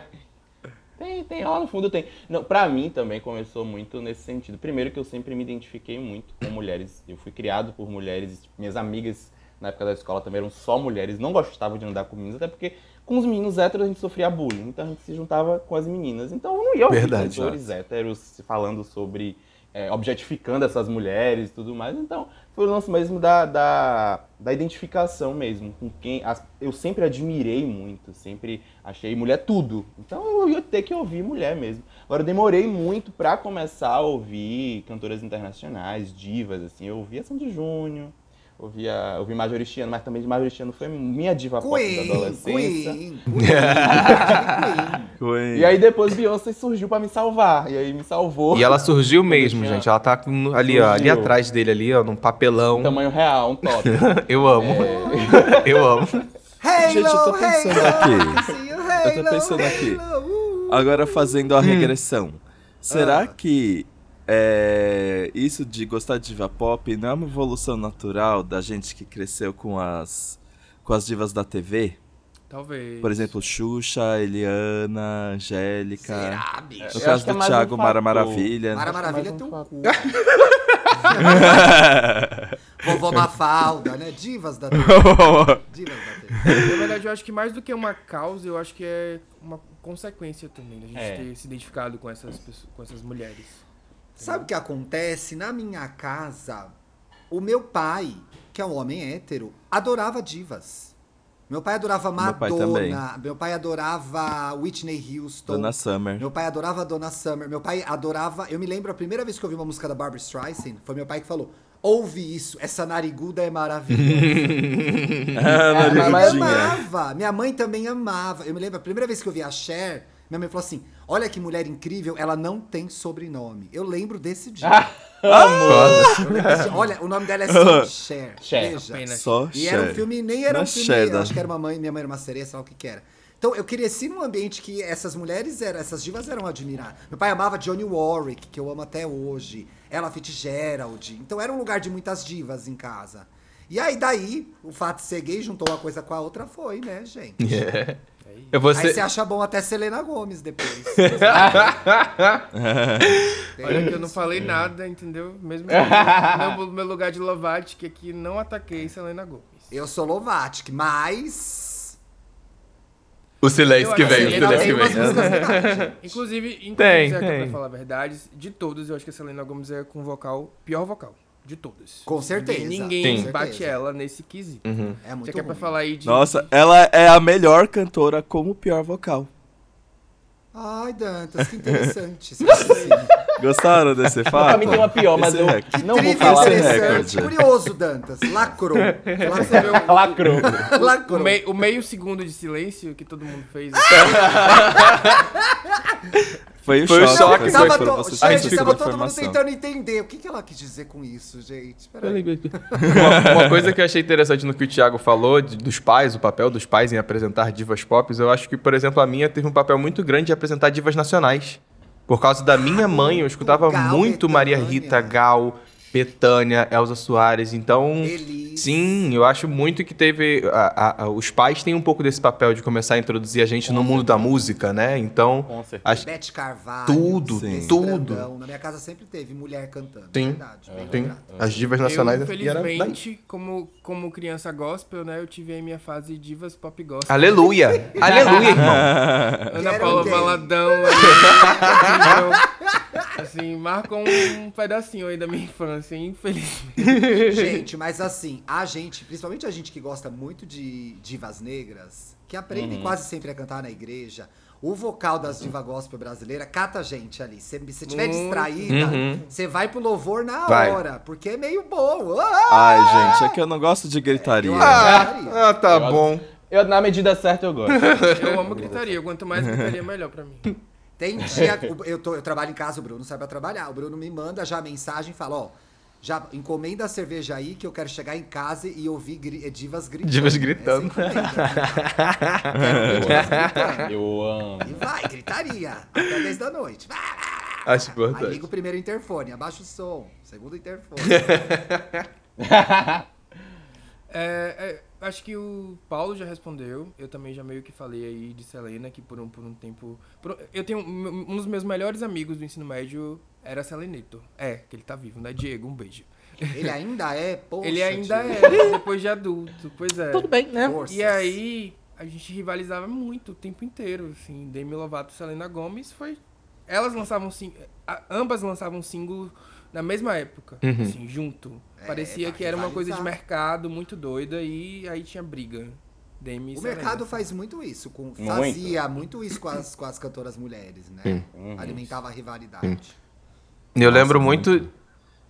Speaker 5: Tem, tem, lá no fundo tem. Não, pra mim também começou muito nesse sentido. Primeiro que eu sempre me identifiquei muito com mulheres. Eu fui criado por mulheres. tipo, Minhas amigas na época da escola também eram só mulheres. Não gostavam de andar com meninos, até porque com os meninos héteros a gente sofria bullying. Então a gente se juntava com as meninas. Então eu não ia ouvir
Speaker 2: Verdade,
Speaker 5: cantores héteros falando sobre... é, objetificando essas mulheres e tudo mais. Então foi o lance mesmo da, da, da identificação mesmo, com quem as- eu sempre admirei muito, sempre achei mulher tudo. Então eu ia ter que ouvir mulher mesmo. Agora eu demorei muito pra começar a ouvir cantoras internacionais, divas, assim. Eu ouvia Sandy Júnior, ouvia, ouvi Majoristiano, mas também de Majoristiano foi minha diva pop da
Speaker 3: Queen,
Speaker 5: adolescência.
Speaker 3: Queen, Queen. Queen.
Speaker 4: Queen.
Speaker 5: E aí depois Beyoncé surgiu pra me salvar, e aí me salvou.
Speaker 2: E ela surgiu mesmo,
Speaker 5: tinha-
Speaker 2: gente. Ela tá com- ali, ó, ali
Speaker 5: Surgiu.
Speaker 2: atrás dele, ali, ó, num papelão.
Speaker 5: Tamanho real, um top.
Speaker 2: Eu amo. Eu amo.
Speaker 3: Halo,
Speaker 4: Gente, eu tô pensando
Speaker 3: halo,
Speaker 4: aqui.
Speaker 3: see you,
Speaker 4: Eu tô
Speaker 3: halo,
Speaker 4: pensando aqui.
Speaker 3: halo, uh.
Speaker 4: Agora fazendo a regressão. Será que é, isso de gostar de diva pop não é uma evolução natural da gente que cresceu com as, com as divas da TV?
Speaker 1: Talvez.
Speaker 4: Por exemplo, Xuxa, Eliana, Angélica.
Speaker 3: Será, bicho?
Speaker 4: No
Speaker 5: Eu acho
Speaker 4: caso
Speaker 5: que é
Speaker 4: do
Speaker 5: mais um
Speaker 4: Thiago, Mara
Speaker 5: fator.
Speaker 4: Maravilha. né?
Speaker 3: Mara Maravilha
Speaker 5: Mas
Speaker 3: tem um
Speaker 5: vamos
Speaker 3: cu.
Speaker 4: um
Speaker 3: Vovó Mafalda, né? Divas da TV. Divas da TV.
Speaker 1: Na verdade, eu acho que mais do que uma causa, eu acho que é uma consequência também da gente
Speaker 5: É.
Speaker 1: ter se identificado com essas, pessoas, com essas mulheres.
Speaker 3: Sabe o que acontece? Na minha casa, o meu pai, que é um homem hétero, adorava divas. Meu pai adorava
Speaker 4: Meu pai
Speaker 3: Madonna. Meu pai,
Speaker 4: também.
Speaker 3: adorava Whitney Houston.
Speaker 4: Dona Summer.
Speaker 3: Meu pai adorava a Donna Summer. Meu pai adorava. Eu me lembro a primeira vez que eu ouvi uma música da Barbra Streisand, foi meu pai que falou: ouve isso, essa nariguda é maravilhosa. É,
Speaker 4: Ah,
Speaker 5: Mas-
Speaker 3: eu
Speaker 5: mas-
Speaker 4: Narigudinha.
Speaker 3: amava. Minha mãe também amava. Eu me lembro a primeira vez que eu vi a Cher, minha mãe falou assim: olha que mulher incrível, ela não tem sobrenome. Eu lembro desse dia. Eu lembro desse dia. olha, o nome dela é só Cher.
Speaker 5: Cher,
Speaker 3: Veja.
Speaker 1: apenas.
Speaker 4: Só
Speaker 3: E era um
Speaker 4: Cher. é
Speaker 3: filme, nem era
Speaker 4: Na
Speaker 3: um filme,
Speaker 4: Sheda.
Speaker 3: eu acho que era uma mãe, minha mãe era uma sereia, sei lá o que que era. Então eu cresci num ambiente que essas mulheres, eram, essas divas eram admiradas. Meu pai amava Johnny Warwick, que eu amo até hoje, Ella Fitzgerald. Então era um lugar de muitas divas em casa. E aí daí, o fato de ser gay juntou uma coisa com a outra foi, né, gente?
Speaker 2: Eu vou ser-
Speaker 3: Aí você acha bom até Selena Gomes depois.
Speaker 2: É
Speaker 1: Olha que eu não falei nada, entendeu? Mesmo no meu, meu lugar de Lovatic aqui, não ataquei Selena Gomes.
Speaker 3: Eu sou Lovatic, mas...
Speaker 2: O silêncio
Speaker 1: Eu
Speaker 2: que
Speaker 1: acho
Speaker 2: vem, o
Speaker 1: que
Speaker 3: Selena
Speaker 1: ele
Speaker 2: silêncio que
Speaker 3: tem umas
Speaker 2: vem.
Speaker 3: músicas legais, gente.
Speaker 1: Inclusive, inclusive
Speaker 2: Tem,
Speaker 1: Zeca,
Speaker 2: tem.
Speaker 1: pra falar a verdade, de todos, eu acho que a Selena Gomes é com vocal, pior vocal. De todos.
Speaker 3: Com certeza.
Speaker 1: Ninguém
Speaker 3: com
Speaker 1: bate
Speaker 3: certeza.
Speaker 1: ela nesse quesito.
Speaker 3: É
Speaker 1: Já
Speaker 3: muito
Speaker 1: que é pra
Speaker 3: ruim.
Speaker 1: falar aí de.
Speaker 4: Nossa, ela é a melhor cantora como pior vocal.
Speaker 3: Ai, Dantas, que interessante. assim, esse raciocínio.
Speaker 4: Gostaram desse fato?
Speaker 5: Pra mim tem uma pior, mas
Speaker 4: Esse é
Speaker 5: eu
Speaker 4: recorde.
Speaker 5: não vou
Speaker 3: Incrível,
Speaker 5: falar.
Speaker 4: esse
Speaker 5: dela.
Speaker 3: interessante.
Speaker 4: recorde.
Speaker 3: Curioso, Dantas. Lacrou. Lacrou.
Speaker 5: Lacrou.
Speaker 1: O,
Speaker 3: Lacrou.
Speaker 1: mei- o meio segundo de silêncio que todo mundo fez. assim,
Speaker 4: Foi o
Speaker 2: Foi o
Speaker 4: choque.
Speaker 2: choque,
Speaker 4: foi
Speaker 2: tava
Speaker 4: só quando
Speaker 3: to-
Speaker 4: vocês
Speaker 2: a gente
Speaker 3: Gente,
Speaker 4: conseguiram
Speaker 3: tava
Speaker 4: a
Speaker 3: todo mundo
Speaker 4: informação.
Speaker 3: tentando entender. O que, que ela quis dizer com isso, gente? Peraí.
Speaker 2: Uma, uma coisa que eu achei interessante no que o Thiago falou de- dos pais, o papel dos pais em apresentar divas pop, eu acho que, por exemplo, a minha teve um papel muito grande de apresentar divas nacionais. Por causa da minha mãe, eu escutava
Speaker 3: Gal,
Speaker 2: muito Maria
Speaker 3: Bethânia.
Speaker 2: Rita, Gal, Betânia, Elza Soares, então...
Speaker 3: Elis.
Speaker 2: Sim, eu acho muito que teve. a- a- a- os pais têm um pouco desse papel de começar a introduzir a gente no mundo da música, né? Então.
Speaker 5: Com certeza.
Speaker 2: Acho,
Speaker 3: Beth Carvalho.
Speaker 2: Tudo,
Speaker 3: Sim.
Speaker 2: sim.
Speaker 3: Brandão.
Speaker 2: tudo.
Speaker 3: Na minha casa sempre teve mulher cantando. é
Speaker 2: Sim.
Speaker 3: Verdade. bem
Speaker 2: tem
Speaker 3: lembrado.
Speaker 2: as divas
Speaker 1: Eu,
Speaker 2: nacionais. é né? e era daí.
Speaker 1: infelizmente, como, como criança gospel, né? Eu tive aí minha fase divas pop
Speaker 2: Ah,
Speaker 1: gospel.
Speaker 2: Aleluia! Aleluia, irmão!
Speaker 1: Ana
Speaker 3: Quero
Speaker 1: Paula
Speaker 3: um
Speaker 1: Valadão. aí, assim, marcam um pedacinho aí da minha infância, infelizmente.
Speaker 3: Gente, mas assim, a gente, principalmente a gente que gosta muito de divas negras, que aprendem
Speaker 2: Uhum.
Speaker 3: quase sempre a cantar na igreja, o vocal das divas gospel brasileira cata a gente ali. Se você estiver
Speaker 1: Muito.
Speaker 3: distraída, você vai pro louvor na
Speaker 2: Uhum. Vai.
Speaker 3: hora, porque é meio bom. Ah!
Speaker 4: Ai, gente, é que eu não gosto de gritaria.
Speaker 3: Eu
Speaker 4: Ah,
Speaker 2: Ah, ah, tá bom.
Speaker 5: Eu, na medida certa, eu gosto.
Speaker 1: Eu amo gritaria. Quanto mais gritaria, melhor pra mim.
Speaker 3: Tem dia. o- eu, tô- eu trabalho em casa, o Bruno sai pra trabalhar. O Bruno me manda já a mensagem e fala: ó, já encomenda a cerveja aí que eu quero chegar em casa e ouvir gri- eh, divas gritando.
Speaker 2: Divas gritando.
Speaker 3: Essa encomenda.
Speaker 5: Eu amo.
Speaker 3: e vai, gritaria. Até 10 da noite. Vai,
Speaker 2: Acho
Speaker 3: Aí
Speaker 2: importante.
Speaker 3: liga o primeiro interfone, abaixa o som. Segundo interfone.
Speaker 1: É, é, acho que o Paulo já respondeu. Eu também já meio que falei aí de Selena, que por um, por um tempo. por- eu tenho. Um um dos meus melhores amigos do ensino médio era Seleneto. É, que ele tá vivo, né? Diego, um beijo.
Speaker 3: Ele ainda é, poxa.
Speaker 1: ele ainda
Speaker 3: Diego,
Speaker 1: é, depois de adulto, pois é. Tudo bem,
Speaker 3: forças.
Speaker 1: E aí, a gente rivalizava muito o tempo inteiro, assim. Demi Lovato e Selena Gomes foi. Elas lançavam sim, a- ambas lançavam single na mesma época, assim, junto.
Speaker 3: É,
Speaker 1: Parecia
Speaker 3: pra
Speaker 1: que era uma coisa de
Speaker 3: rivalizar.
Speaker 1: mercado muito doida e aí tinha briga. Demi e
Speaker 3: O
Speaker 1: Selena.
Speaker 3: mercado faz muito isso, com,
Speaker 5: Muito.
Speaker 3: fazia muito isso com as, com as cantoras mulheres, né?
Speaker 1: Uhum.
Speaker 3: Alimentava a rivalidade.
Speaker 2: Eu lembro muito.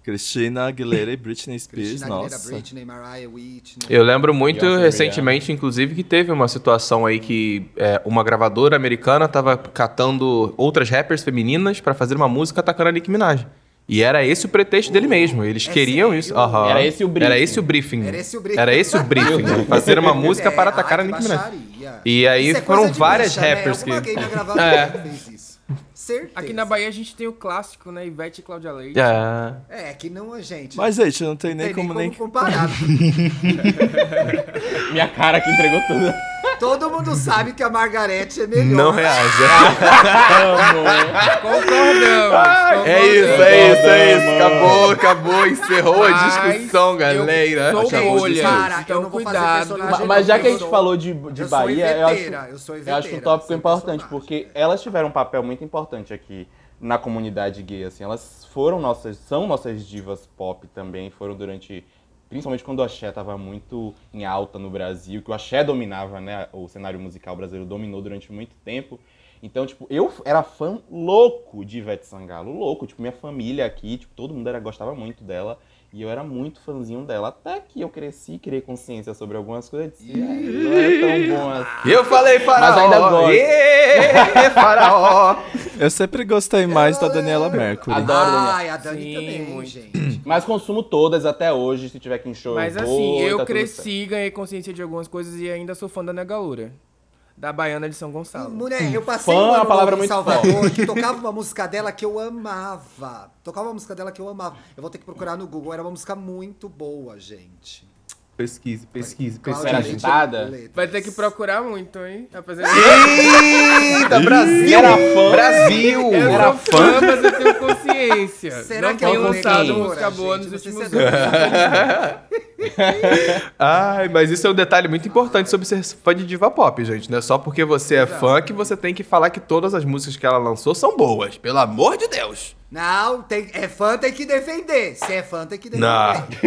Speaker 4: Cristina Aguilera e Britney Spears,
Speaker 3: Christina Aguilera,
Speaker 4: nossa.
Speaker 3: Britney, Mariah Whitney.
Speaker 2: Eu lembro muito
Speaker 5: Nossa,
Speaker 2: recentemente, inclusive, que teve uma situação aí que é, uma gravadora americana tava catando outras rappers femininas pra fazer uma música atacando a Nicki Minaj. E era esse o pretexto dele mesmo. Eles
Speaker 3: é
Speaker 2: queriam
Speaker 3: sério?
Speaker 2: isso. Aham.
Speaker 5: Era esse o briefing.
Speaker 2: Era esse o briefing.
Speaker 3: Era esse o briefing.
Speaker 2: Era esse o briefing. fazer uma música
Speaker 3: É,
Speaker 2: para atacar a Nicki Minaj.
Speaker 3: Minaj.
Speaker 2: E aí
Speaker 3: é
Speaker 2: foram várias rappers
Speaker 3: Né? Alguma
Speaker 2: que- É.
Speaker 3: gamer gravadora que fez isso. Certeza.
Speaker 1: Aqui na Bahia a gente tem o clássico, né? Ivete e Cláudia Leite.
Speaker 2: É.
Speaker 3: É, que não, gente.
Speaker 4: Mas, gente, não tem
Speaker 3: não tem
Speaker 4: nem como nem...
Speaker 3: comparar.
Speaker 5: Minha cara que entregou tudo.
Speaker 3: Todo mundo sabe que a Margarete é melhor.
Speaker 2: Não reage.
Speaker 1: Concordamos.
Speaker 2: É isso, é isso, é isso. Acabou, acabou, encerrou a
Speaker 1: Mas
Speaker 2: discussão, galera.
Speaker 1: Eu sou
Speaker 2: Acabou.
Speaker 1: bolha.
Speaker 3: Cara, eu
Speaker 1: então
Speaker 3: não vou fazer
Speaker 1: cuidado.
Speaker 3: personagem
Speaker 5: Ma-
Speaker 3: não,
Speaker 5: Mas já que a
Speaker 3: eu
Speaker 5: gente
Speaker 3: sou- um-
Speaker 5: falou de, de
Speaker 3: eu sou
Speaker 5: Bahia, eu
Speaker 3: inveteira,
Speaker 5: acho,
Speaker 3: eu sou
Speaker 5: eu acho um
Speaker 3: inveteira,
Speaker 5: tópico
Speaker 3: sou
Speaker 5: importante,
Speaker 3: personagem.
Speaker 5: porque elas tiveram um papel muito importante aqui na comunidade gay, assim, elas foram nossas, são nossas divas pop também, foram durante, principalmente quando o axé tava muito em alta no Brasil, que o axé dominava, né, o cenário musical brasileiro dominou durante muito tempo, então, tipo, eu era fã louco de Ivete Sangalo, louco, tipo, minha família aqui, tipo, todo mundo era, gostava muito dela, e eu era muito fãzinho dela, até que eu cresci, criei consciência sobre algumas coisas, eu disse, "É, não é tão bom assim.
Speaker 2: Eu falei faraó.
Speaker 5: Mas ainda gosto.
Speaker 2: Ê, faraó.
Speaker 4: Eu sempre gostei mais da Daniela Mercury.
Speaker 5: Adoro.
Speaker 3: Ai, é Ah, a Dani
Speaker 1: Sim,
Speaker 3: também,
Speaker 1: muito.
Speaker 3: gente.
Speaker 5: Mas consumo todas até hoje, se tiver que em show.
Speaker 1: Mas
Speaker 5: eu
Speaker 1: assim,
Speaker 5: vou, tá
Speaker 1: eu
Speaker 5: tudo
Speaker 1: cresci, ganhei consciência de algumas coisas e ainda sou fã da Negalura. Da Baiana de São Gonçalo.
Speaker 3: Mulher, eu passei
Speaker 5: Fã é
Speaker 3: um
Speaker 5: uma
Speaker 3: ano
Speaker 5: palavra
Speaker 3: novo em
Speaker 5: muito
Speaker 3: Salvador que tocava uma música dela que eu amava. Tocava uma música dela que eu amava. Eu vou ter que procurar no Google, era uma música muito boa, gente.
Speaker 2: Pesquise, pesquise,
Speaker 5: Era
Speaker 2: pesquise.
Speaker 5: agitada?
Speaker 1: Vai ter que procurar muito, hein? Tá Apesar de...
Speaker 2: Eita, Brasil!
Speaker 5: Era fã.
Speaker 2: Brasil!
Speaker 1: Eu
Speaker 5: Era
Speaker 1: sou fã, mas eu tenho consciência.
Speaker 3: Será
Speaker 1: não
Speaker 3: que
Speaker 1: tenho
Speaker 3: é o
Speaker 1: lançado
Speaker 5: Negalura,
Speaker 1: música boa
Speaker 3: gente?
Speaker 1: nos
Speaker 3: Não sei se
Speaker 1: últimos
Speaker 3: é
Speaker 1: anos.
Speaker 2: Ai, mas isso é um detalhe muito importante sobre ser fã de diva pop, gente. Não é só porque você é fã que você tem que falar que todas as músicas que ela lançou são boas. Pelo amor de Deus!
Speaker 3: Não, tem, é fã, tem que defender. Se é fã, tem que defender.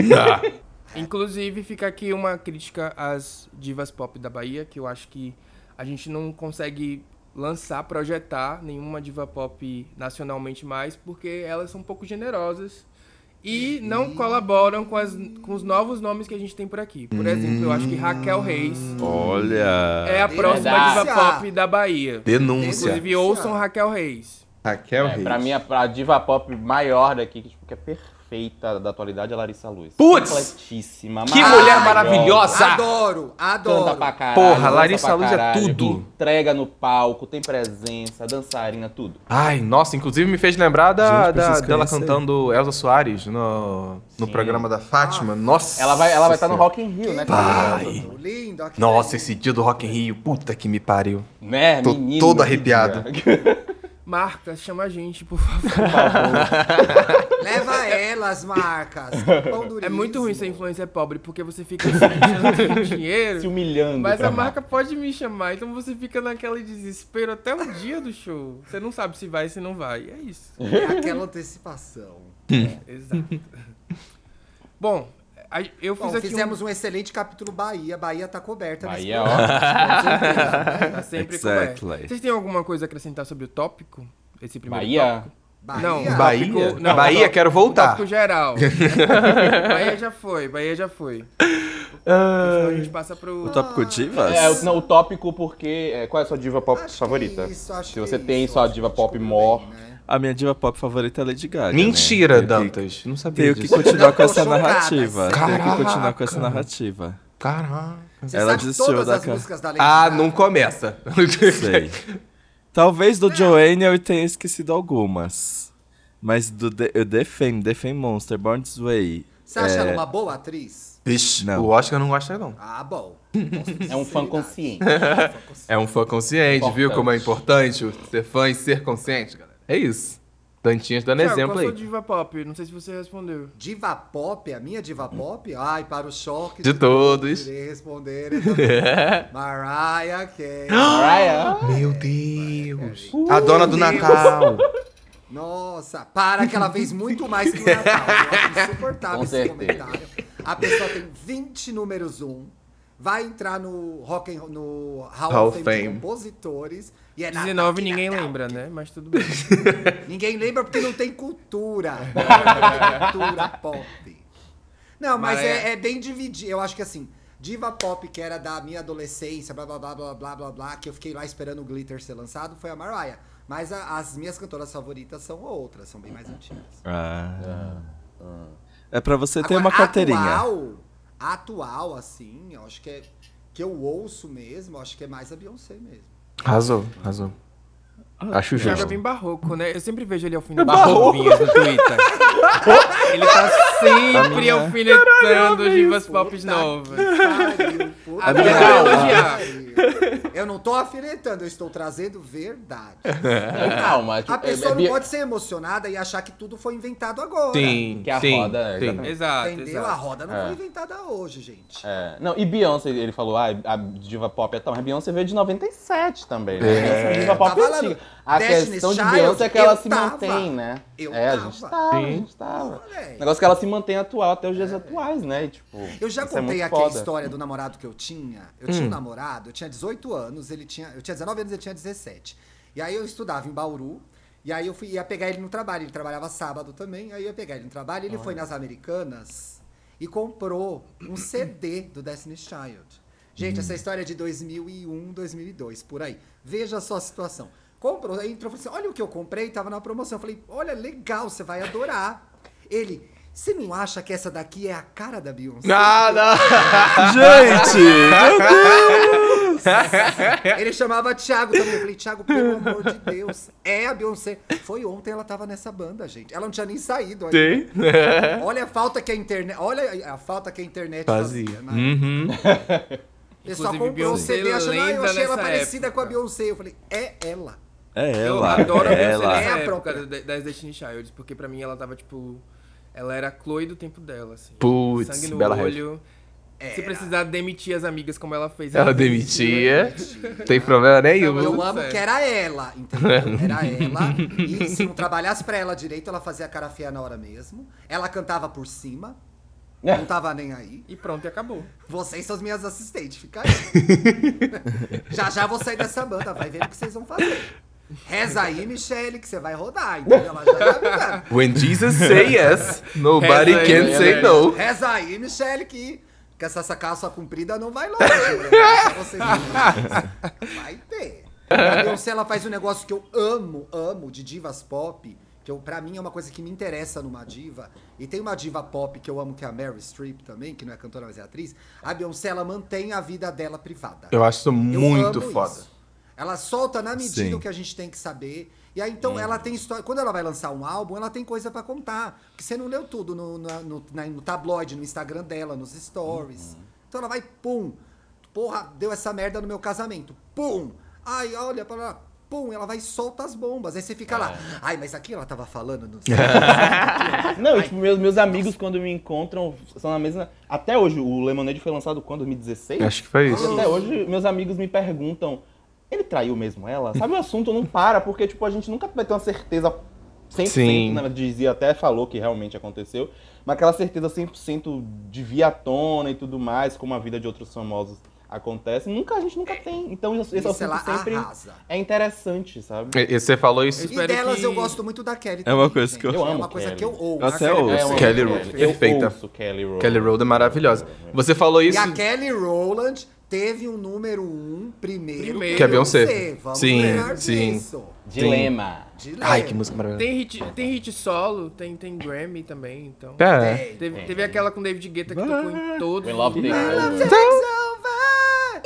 Speaker 2: Não, não.
Speaker 1: Inclusive, fica aqui uma crítica às divas pop da Bahia, que eu acho que a gente não consegue lançar, projetar nenhuma diva pop nacionalmente mais, porque elas são um pouco generosas e não colaboram com, as- com os novos nomes que a gente tem por aqui. Por exemplo, eu
Speaker 3: Hum.
Speaker 1: acho que Raquel Reis
Speaker 4: Olha.
Speaker 1: é a próxima
Speaker 5: verdade.
Speaker 1: diva pop da Bahia.
Speaker 2: Denúncia.
Speaker 1: Inclusive, ouçam Raquel Reis.
Speaker 2: Raquel
Speaker 5: É, pra mim, a, a diva pop maior daqui, que, tipo, que é perfeita da atualidade, é a Larissa Luz.
Speaker 2: Putz!
Speaker 5: Completíssima,
Speaker 2: Que
Speaker 5: maravilhosa,
Speaker 2: mulher maravilhosa!
Speaker 3: Adoro,
Speaker 5: Canta pra
Speaker 3: adoro.
Speaker 5: caralho.
Speaker 2: Porra,
Speaker 5: dança
Speaker 2: Larissa
Speaker 5: pra
Speaker 2: Luz é
Speaker 5: caralho,
Speaker 2: tudo.
Speaker 5: Entrega no palco, tem presença, dançarina, tudo.
Speaker 2: Ai, nossa, inclusive me fez lembrar da,
Speaker 4: Gente, preciso
Speaker 2: da- dela
Speaker 4: conhecer.
Speaker 2: cantando Elza Soares no, no
Speaker 5: Sim.
Speaker 2: programa da Fátima. Nossa.
Speaker 5: Ela vai, ela vai estar no
Speaker 2: Senhora.
Speaker 5: Rock in Rio, né?
Speaker 2: Pai.
Speaker 3: Lindo, lindo. aqui. é
Speaker 2: Nossa, esse dia do Rock in Rio, puta que me pariu.
Speaker 5: Né,
Speaker 2: Tô
Speaker 5: menino,
Speaker 2: todo
Speaker 5: que
Speaker 2: arrepiado.
Speaker 5: dia.
Speaker 1: Marca, chama a gente, por favor.
Speaker 3: Leva elas, marcas. Pão duríssimo.
Speaker 1: É muito ruim ser influencer pobre, porque você fica assim, "Eu não tenho dinheiro.
Speaker 5: Se humilhando.
Speaker 1: Mas
Speaker 5: pra
Speaker 1: a marca pode me chamar, então você fica naquele desespero até o dia do show. Você não sabe se vai, se não vai. E é isso.
Speaker 3: É aquela antecipação.
Speaker 1: Exato. Bom, a- eu fiz
Speaker 3: Bom,
Speaker 1: aqui
Speaker 3: fizemos um... excelente capítulo Bahia. Bahia tá coberta nesse
Speaker 5: Bahia,
Speaker 3: programa.
Speaker 5: ó.
Speaker 1: um... tá sempre
Speaker 4: Exactly.
Speaker 1: coberto. Vocês têm alguma coisa a acrescentar sobre o tópico? Esse primeiro
Speaker 5: Bahia.
Speaker 1: tópico?
Speaker 3: Bahia.
Speaker 1: Não, o
Speaker 2: Bahia?
Speaker 1: tópico- não,
Speaker 2: Bahia,
Speaker 1: o tópico-
Speaker 2: quero voltar.
Speaker 1: o Tópico geral. Bahia já foi, Bahia já foi. Então a gente passa pro...
Speaker 4: O tópico divas?
Speaker 5: É, o- não, o tópico porque. é, qual é a sua diva pop
Speaker 3: Acho que
Speaker 5: favorita?
Speaker 3: isso, acho
Speaker 5: Se você
Speaker 3: que é
Speaker 5: tem
Speaker 3: isso,
Speaker 5: sua
Speaker 3: acho que
Speaker 5: diva
Speaker 3: a gente
Speaker 5: pop
Speaker 3: cobriu
Speaker 5: mor.
Speaker 3: bem, né?
Speaker 4: A minha diva pop favorita é Lady Gaga. né?
Speaker 2: Mentira,
Speaker 4: Tenho que-
Speaker 2: Dantas. Não sabia
Speaker 4: Tenho que
Speaker 2: disso.
Speaker 4: continuar com
Speaker 3: Tô
Speaker 4: essa
Speaker 3: chocada.
Speaker 4: narrativa. Tenho que continuar com essa
Speaker 2: Caraca.
Speaker 4: narrativa.
Speaker 2: Caraca.
Speaker 3: Você
Speaker 4: Ela
Speaker 3: sabe
Speaker 4: desistiu
Speaker 3: todas
Speaker 4: da
Speaker 3: as
Speaker 4: ca-
Speaker 3: músicas da Lady
Speaker 2: Ah,
Speaker 3: Gaga?
Speaker 2: não começa.
Speaker 4: Sei. Talvez do Joanne eu tenha esquecido algumas. Mas do The, The Fame, The Fame Monster, Born This Way.
Speaker 3: Você acha
Speaker 5: É.
Speaker 3: ela uma boa atriz?
Speaker 2: Vixe,
Speaker 4: Não.
Speaker 2: o Oscar não gosta, não.
Speaker 3: Ah, bom. né?
Speaker 5: É um fã consciente.
Speaker 2: É um fã consciente, viu
Speaker 5: Importante.
Speaker 2: como é importante ser fã e ser consciente, galera? É isso. Dantinhas dando
Speaker 1: Thiago,
Speaker 2: um exemplo
Speaker 1: qual é a sua
Speaker 2: aí.
Speaker 1: diva pop? Não sei se você respondeu.
Speaker 3: Diva pop, a minha diva pop? Ai, para o choque
Speaker 2: De todos.
Speaker 3: Irei responder. eu também. Mariah
Speaker 5: Ah,
Speaker 3: Carey.
Speaker 5: Ryan.
Speaker 2: Meu Deus. A dona do Natal.
Speaker 3: Nossa, para que ela fez muito mais que o Natal. Eu acho insuportável
Speaker 5: Com
Speaker 3: esse
Speaker 5: certeza.
Speaker 3: comentário. A pessoa tem 20 números um, vai entrar no Rock and, no Hall,
Speaker 2: Hall
Speaker 3: of Fame de
Speaker 2: Fame.
Speaker 3: compositores e é Natal,
Speaker 1: 19
Speaker 3: que
Speaker 1: ninguém
Speaker 3: Natal,
Speaker 1: lembra, né? Mas tudo bem.
Speaker 3: Ninguém lembra porque não tem cultura. Não tem cultura pop. Não, mas
Speaker 1: Mas
Speaker 3: é, é bem dividido. Eu acho que assim, diva pop que era da minha adolescência, blá blá blá blá blá blá blá, que eu fiquei lá esperando o Glitter ser lançado, foi a Mariah. Mas a- as minhas cantoras favoritas são outras, são bem mais antigas.
Speaker 4: Ah. É pra você ter
Speaker 3: Agora,
Speaker 4: uma carteirinha.
Speaker 3: Atual, atual, assim, eu acho que é. Que eu ouço mesmo, eu acho que é mais a Beyoncé mesmo.
Speaker 2: Arrasou, arrasou. Acho
Speaker 1: O Thiago é
Speaker 2: justo.
Speaker 1: bem barroco, né? Eu sempre vejo ele alfinetando
Speaker 2: É barroco.
Speaker 1: Vinhas no Twitter. ele tá sempre alfinetando divas pop novas.
Speaker 3: Pariu, puta
Speaker 1: A
Speaker 3: que
Speaker 1: minha
Speaker 3: pariu. Eu não tô afinetando, eu estou trazendo verdade.
Speaker 5: Calma,
Speaker 3: A
Speaker 5: é,
Speaker 3: pessoa
Speaker 5: é,
Speaker 3: não pode ser emocionada e achar que tudo foi inventado agora.
Speaker 2: Sim,
Speaker 5: Que é a
Speaker 2: sim,
Speaker 5: roda, é,
Speaker 2: sim.
Speaker 5: exatamente.
Speaker 1: Exato,
Speaker 3: Entendeu? A
Speaker 1: exato.
Speaker 3: roda não
Speaker 5: É.
Speaker 3: foi inventada hoje, gente.
Speaker 5: É, não, e Beyoncé, ele falou, ah, a diva pop é tal, mas Beyoncé veio de 97 também, né?
Speaker 2: É.
Speaker 5: A diva pop
Speaker 3: Tava
Speaker 5: é
Speaker 3: lá no
Speaker 5: antiga. A
Speaker 3: Destiny's
Speaker 5: questão de
Speaker 3: Child,
Speaker 5: Beyoncé é que
Speaker 3: eu
Speaker 5: ela se
Speaker 3: tava.
Speaker 5: mantém, né?
Speaker 3: Eu
Speaker 5: é, a gente
Speaker 3: tava.
Speaker 5: tava, a
Speaker 2: Sim.
Speaker 5: gente tava.
Speaker 3: Olha aí.
Speaker 5: O negócio é que ela se mantém atual até os dias atuais, né? E, tipo,
Speaker 3: Eu já
Speaker 5: isso
Speaker 3: contei
Speaker 5: é muito
Speaker 3: aqui a
Speaker 5: foda. Hum.
Speaker 3: história do namorado que eu tinha. Eu tinha um namorado, eu tinha 18 anos, ele tinha. Eu tinha 19 anos, ele tinha 17. E aí eu estudava em Bauru. E aí eu fui, ia pegar ele no trabalho. Ele trabalhava sábado também. Aí eu ia pegar ele no trabalho. Ele foi nas Americanas e comprou um CD do Destiny's Child. Gente,
Speaker 5: Hum.
Speaker 3: essa história é de 2001, 2002, por aí. Veja só a situação. Comprou, aí entrou e falou assim: olha o que eu comprei, tava na promoção. Eu falei: olha, legal, você vai adorar. Ele, você não acha que essa daqui é a cara da Beyoncé?
Speaker 2: Ah,
Speaker 4: Gente!
Speaker 2: É.
Speaker 3: Ele chamava Thiago também. Eu falei, Thiago, pelo amor de Deus, é a Beyoncé. Foi ontem ela tava nessa banda, gente. Ela não tinha nem saído ainda.
Speaker 2: Sim.
Speaker 3: Olha a falta que a internet. Olha a falta que a internet fazia.
Speaker 2: Fazia.
Speaker 3: né?
Speaker 2: Uhum.
Speaker 3: O pessoal
Speaker 1: Inclusive,
Speaker 3: comprou o um CD
Speaker 1: Beyoncé
Speaker 3: achando, ah, eu
Speaker 1: lenda
Speaker 3: achei ela
Speaker 1: nessa
Speaker 3: parecida
Speaker 1: época."
Speaker 3: com a Beyoncé. Eu falei, é ela.
Speaker 4: É
Speaker 1: Eu
Speaker 4: ela,
Speaker 1: adoro a
Speaker 4: é
Speaker 1: Beyoncé
Speaker 4: ela.
Speaker 1: nessa
Speaker 3: É a
Speaker 1: época
Speaker 3: própria.
Speaker 1: da- das Destiny Childs, porque pra mim ela tava, tipo... Ela era a Chloe do tempo dela, assim.
Speaker 2: Putz,
Speaker 1: Sangue no
Speaker 2: bela rede.
Speaker 1: olho. É. Se precisar demitir as amigas como ela fez...
Speaker 2: Ela demitia.
Speaker 3: demitia.
Speaker 2: Tem problema nenhum.
Speaker 1: Tá
Speaker 3: Eu
Speaker 1: bom.
Speaker 3: amo
Speaker 1: Sério.
Speaker 3: que era ela, entendeu? Era ela. E se não trabalhasse pra ela direito, ela fazia a cara feia na hora mesmo. Ela cantava por cima. Não tava nem aí.
Speaker 1: E pronto, e acabou.
Speaker 3: Vocês são as minhas assistentes, fica aí. já já vou sair dessa banda, vai ver o que vocês vão fazer. Reza aí, Michele, que você vai rodar, entendeu? Ela já tá avisando.
Speaker 2: When Jesus say yes, nobody
Speaker 1: Reza aí,
Speaker 2: can
Speaker 1: né,
Speaker 2: say
Speaker 1: velho?
Speaker 2: no.
Speaker 3: Reza aí, Michele, que, que essa sacaça comprida não vai longe. né? Só vocês verem. vai ter. A Beyoncé, ela faz um negócio que eu amo, amo, de divas pop, que eu, pra mim é uma coisa que me interessa numa diva. E tem uma diva pop que eu amo, que é a Mary Streep também, que não é cantora, mas é atriz. A Beyoncé, ela mantém a vida dela privada.
Speaker 2: Eu acho isso
Speaker 3: Eu
Speaker 2: muito
Speaker 3: amo
Speaker 2: foda.
Speaker 3: isso. Ela solta na medida
Speaker 4: Sim.
Speaker 3: o que a gente tem que saber. E aí, então, ela tem história. Quando ela vai lançar um álbum, ela tem coisa pra contar. Porque você não leu tudo no, na- no, na- no tabloide, no Instagram dela, nos stories. Então ela vai, pum. Porra, deu essa merda no meu casamento. Pum! Ai, olha pra lá. Pum, ela vai e solta as bombas. Aí você fica lá. Ai, mas aqui ela tava falando. Não sei.
Speaker 5: Não, e, tipo, meus, meus amigos quando me encontram são na mesma. Até hoje, o Lemonade foi lançado quando? 2016?
Speaker 2: Acho que foi
Speaker 5: E
Speaker 2: isso.
Speaker 5: até hoje, meus amigos me perguntam, ele traiu mesmo ela? Sabe, o assunto não para, porque, tipo, a gente nunca vai ter uma certeza 100%,
Speaker 2: Sim.
Speaker 5: né? Ela dizia, até falou que realmente aconteceu, mas aquela certeza 100% de via à tona e tudo mais, como a vida de outros famosos acontece, nunca, a gente nunca tem. Então, esse
Speaker 3: É. Isso
Speaker 5: assunto
Speaker 3: ela
Speaker 5: sempre
Speaker 3: arrasa.
Speaker 5: é interessante, sabe?
Speaker 2: E e você falou isso.
Speaker 1: Eu
Speaker 3: E
Speaker 1: espero
Speaker 3: delas
Speaker 1: que-
Speaker 3: eu gosto muito da Kelly.
Speaker 4: É
Speaker 3: também,
Speaker 4: uma coisa que eu
Speaker 3: gente. É
Speaker 5: amo,
Speaker 3: uma coisa
Speaker 5: Kelly.
Speaker 3: que eu ouço.
Speaker 4: Eu até
Speaker 1: Kelly-
Speaker 5: É
Speaker 4: ouço.
Speaker 5: uma-
Speaker 2: Kelly
Speaker 5: eu
Speaker 2: Rowland, perfeita.
Speaker 5: ouço Kelly Rowland.
Speaker 2: Kelly Road é maravilhosa. Você falou
Speaker 3: E
Speaker 2: isso.
Speaker 3: a Kelly Rowland teve um número um primeiro.
Speaker 1: Primeiro.
Speaker 3: a
Speaker 1: Que a
Speaker 2: Beyoncé.
Speaker 3: Vamos
Speaker 2: Sim,
Speaker 3: lembrar
Speaker 2: sim.
Speaker 3: disso.
Speaker 5: Dilema.
Speaker 3: De
Speaker 2: Ai,
Speaker 3: leve.
Speaker 2: que música maravilhosa.
Speaker 1: Tem hit, tem hit solo, tem, tem Grammy também, então...
Speaker 2: É.
Speaker 1: Teve, teve aquela com David Guetta que tocou em todos
Speaker 5: We love
Speaker 1: os
Speaker 5: the
Speaker 1: lugares.
Speaker 5: world.
Speaker 3: Ai,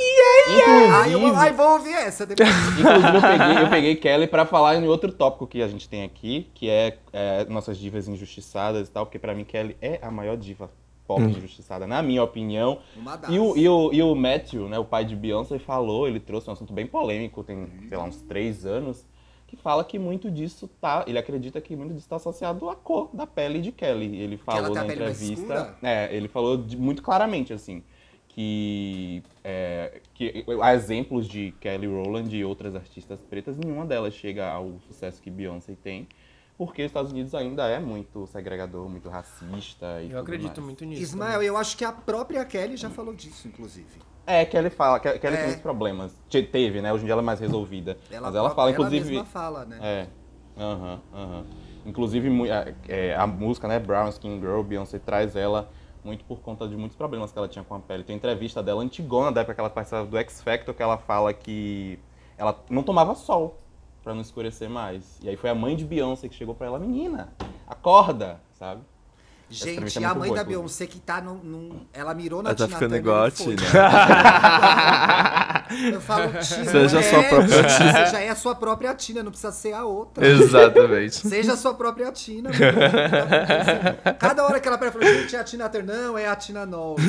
Speaker 3: eu, ai,
Speaker 5: Inclusive,
Speaker 3: vou ouvir essa depois.
Speaker 5: inclusive eu, peguei, eu peguei Kelly pra falar em outro tópico que a gente tem aqui, que é, é, nossas divas injustiçadas e tal, porque pra mim Kelly é a maior diva pop injustiçada, na minha opinião.
Speaker 3: Uma das.
Speaker 5: E o, e, o, e o Matthew, né, o pai de Beyoncé, falou, ele trouxe um assunto bem polêmico, tem, sei lá, uns três anos, que fala que muito disso tá, ele acredita que muito disso tá associado à cor da pele de Kelly. Ele
Speaker 3: ela
Speaker 5: falou
Speaker 3: tem a
Speaker 5: na
Speaker 3: pele mais
Speaker 5: entrevista,
Speaker 3: escura?
Speaker 5: é, ele falou de- muito claramente, assim, que, é, que há exemplos de Kelly Rowland e outras artistas pretas, nenhuma delas chega ao sucesso que Beyoncé tem, porque os Estados Unidos ainda é muito segregador, muito racista e tudo
Speaker 1: Eu acredito
Speaker 5: mais.
Speaker 1: muito nisso.
Speaker 3: Ismael, eu acho que a própria Kelly já falou disso, inclusive.
Speaker 5: É, que ele fala, que, que ele
Speaker 3: É.
Speaker 5: tem muitos problemas. Te- teve, né? Hoje em dia ela é mais resolvida. Mas ela
Speaker 3: própria-
Speaker 5: fala, inclusive.
Speaker 3: mesma fala, né?
Speaker 5: É. Aham, aham. Inclusive, mu- a, é, a música, né? Brown Skin Girl, Beyoncé traz ela muito por conta de muitos problemas que ela tinha com a pele. Tem entrevista dela antigona, da época que ela participava do X Factor, que ela fala que ela não tomava sol pra não escurecer mais. E aí foi a mãe de Beyoncé que chegou pra ela, menina, acorda, sabe?
Speaker 3: Gente,
Speaker 5: entrevista é
Speaker 3: a
Speaker 5: muito
Speaker 3: mãe
Speaker 5: boa,
Speaker 3: da
Speaker 5: inclusive.
Speaker 3: Beyoncé que tá num. num- ela mirou na
Speaker 4: Ela tá
Speaker 3: Tina
Speaker 4: ficando
Speaker 3: Turner
Speaker 4: igual
Speaker 3: e
Speaker 4: a
Speaker 3: foi.
Speaker 4: Tina.
Speaker 3: Eu falo Tina.
Speaker 4: Seja
Speaker 3: é,
Speaker 4: sua própria
Speaker 3: Tina. Você já é a sua própria Tina, não precisa ser a outra.
Speaker 2: Exatamente.
Speaker 3: Seja a sua própria Tina. meu irmão. Assim, Cada hora que ela aparece, fala, gente, é a Tina Turner, não, é a Tina Nova.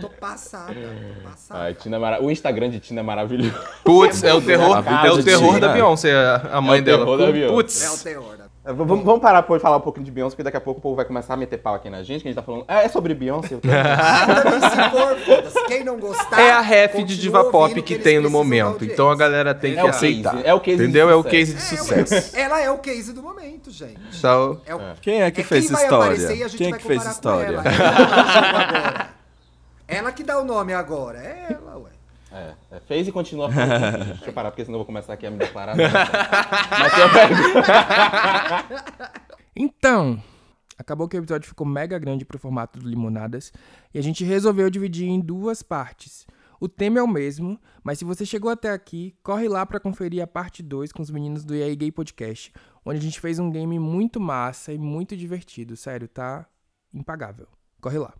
Speaker 3: tô passada, tô passada.
Speaker 5: Ai, Tina é mara- O Instagram de Tina é maravilhoso.
Speaker 2: Putz, é o terror,
Speaker 4: A vida
Speaker 2: é o
Speaker 4: de
Speaker 2: terror da
Speaker 4: Tina.
Speaker 2: Beyoncé, a- a mãe
Speaker 5: o
Speaker 2: dela.
Speaker 5: terror da Beyoncé.
Speaker 3: É o
Speaker 2: Putz.
Speaker 3: teor. né?
Speaker 5: É, v- Vamos, vamos parar por falar um pouquinho de Beyoncé, porque daqui a pouco o povo vai começar a meter pau aqui na gente, que a gente tá falando. "Ah, É sobre Beyoncé. eu tô-"
Speaker 3: Também se for, foda-se. Quem não gostar.
Speaker 2: É a ref de
Speaker 3: continua
Speaker 2: diva pop
Speaker 3: ouvindo
Speaker 2: que
Speaker 3: eles
Speaker 2: tem no
Speaker 3: precisam da
Speaker 2: momento.
Speaker 3: audiência.
Speaker 2: Então a galera tem
Speaker 5: É
Speaker 2: que
Speaker 5: o case,
Speaker 2: aceitar.
Speaker 5: é o case de
Speaker 2: Entendeu? É o
Speaker 5: sucesso.
Speaker 2: case de sucesso.
Speaker 3: Ela é o case do momento, gente.
Speaker 2: Então,
Speaker 3: É o
Speaker 4: Quem é que fez
Speaker 3: quem Vai
Speaker 4: história?
Speaker 3: aparecer e a gente
Speaker 4: Quem é
Speaker 3: vai
Speaker 4: que fez
Speaker 3: comparar com
Speaker 4: história?
Speaker 3: Ela. Ela, ela que dá o nome agora. É ela, ué.
Speaker 5: É, é, fez e continua falando. Deixa eu parar, porque senão eu vou começar aqui a me declarar. Mas tem uma pergunta.
Speaker 1: Então, acabou que o episódio ficou mega grande pro formato do Limonadas e a gente resolveu dividir em duas partes. O tema é o mesmo, mas se você chegou até aqui, corre lá pra conferir a parte 2 com os meninos do EA Gay Podcast, onde a gente fez um game muito massa e muito divertido, sério, tá impagável. Corre lá.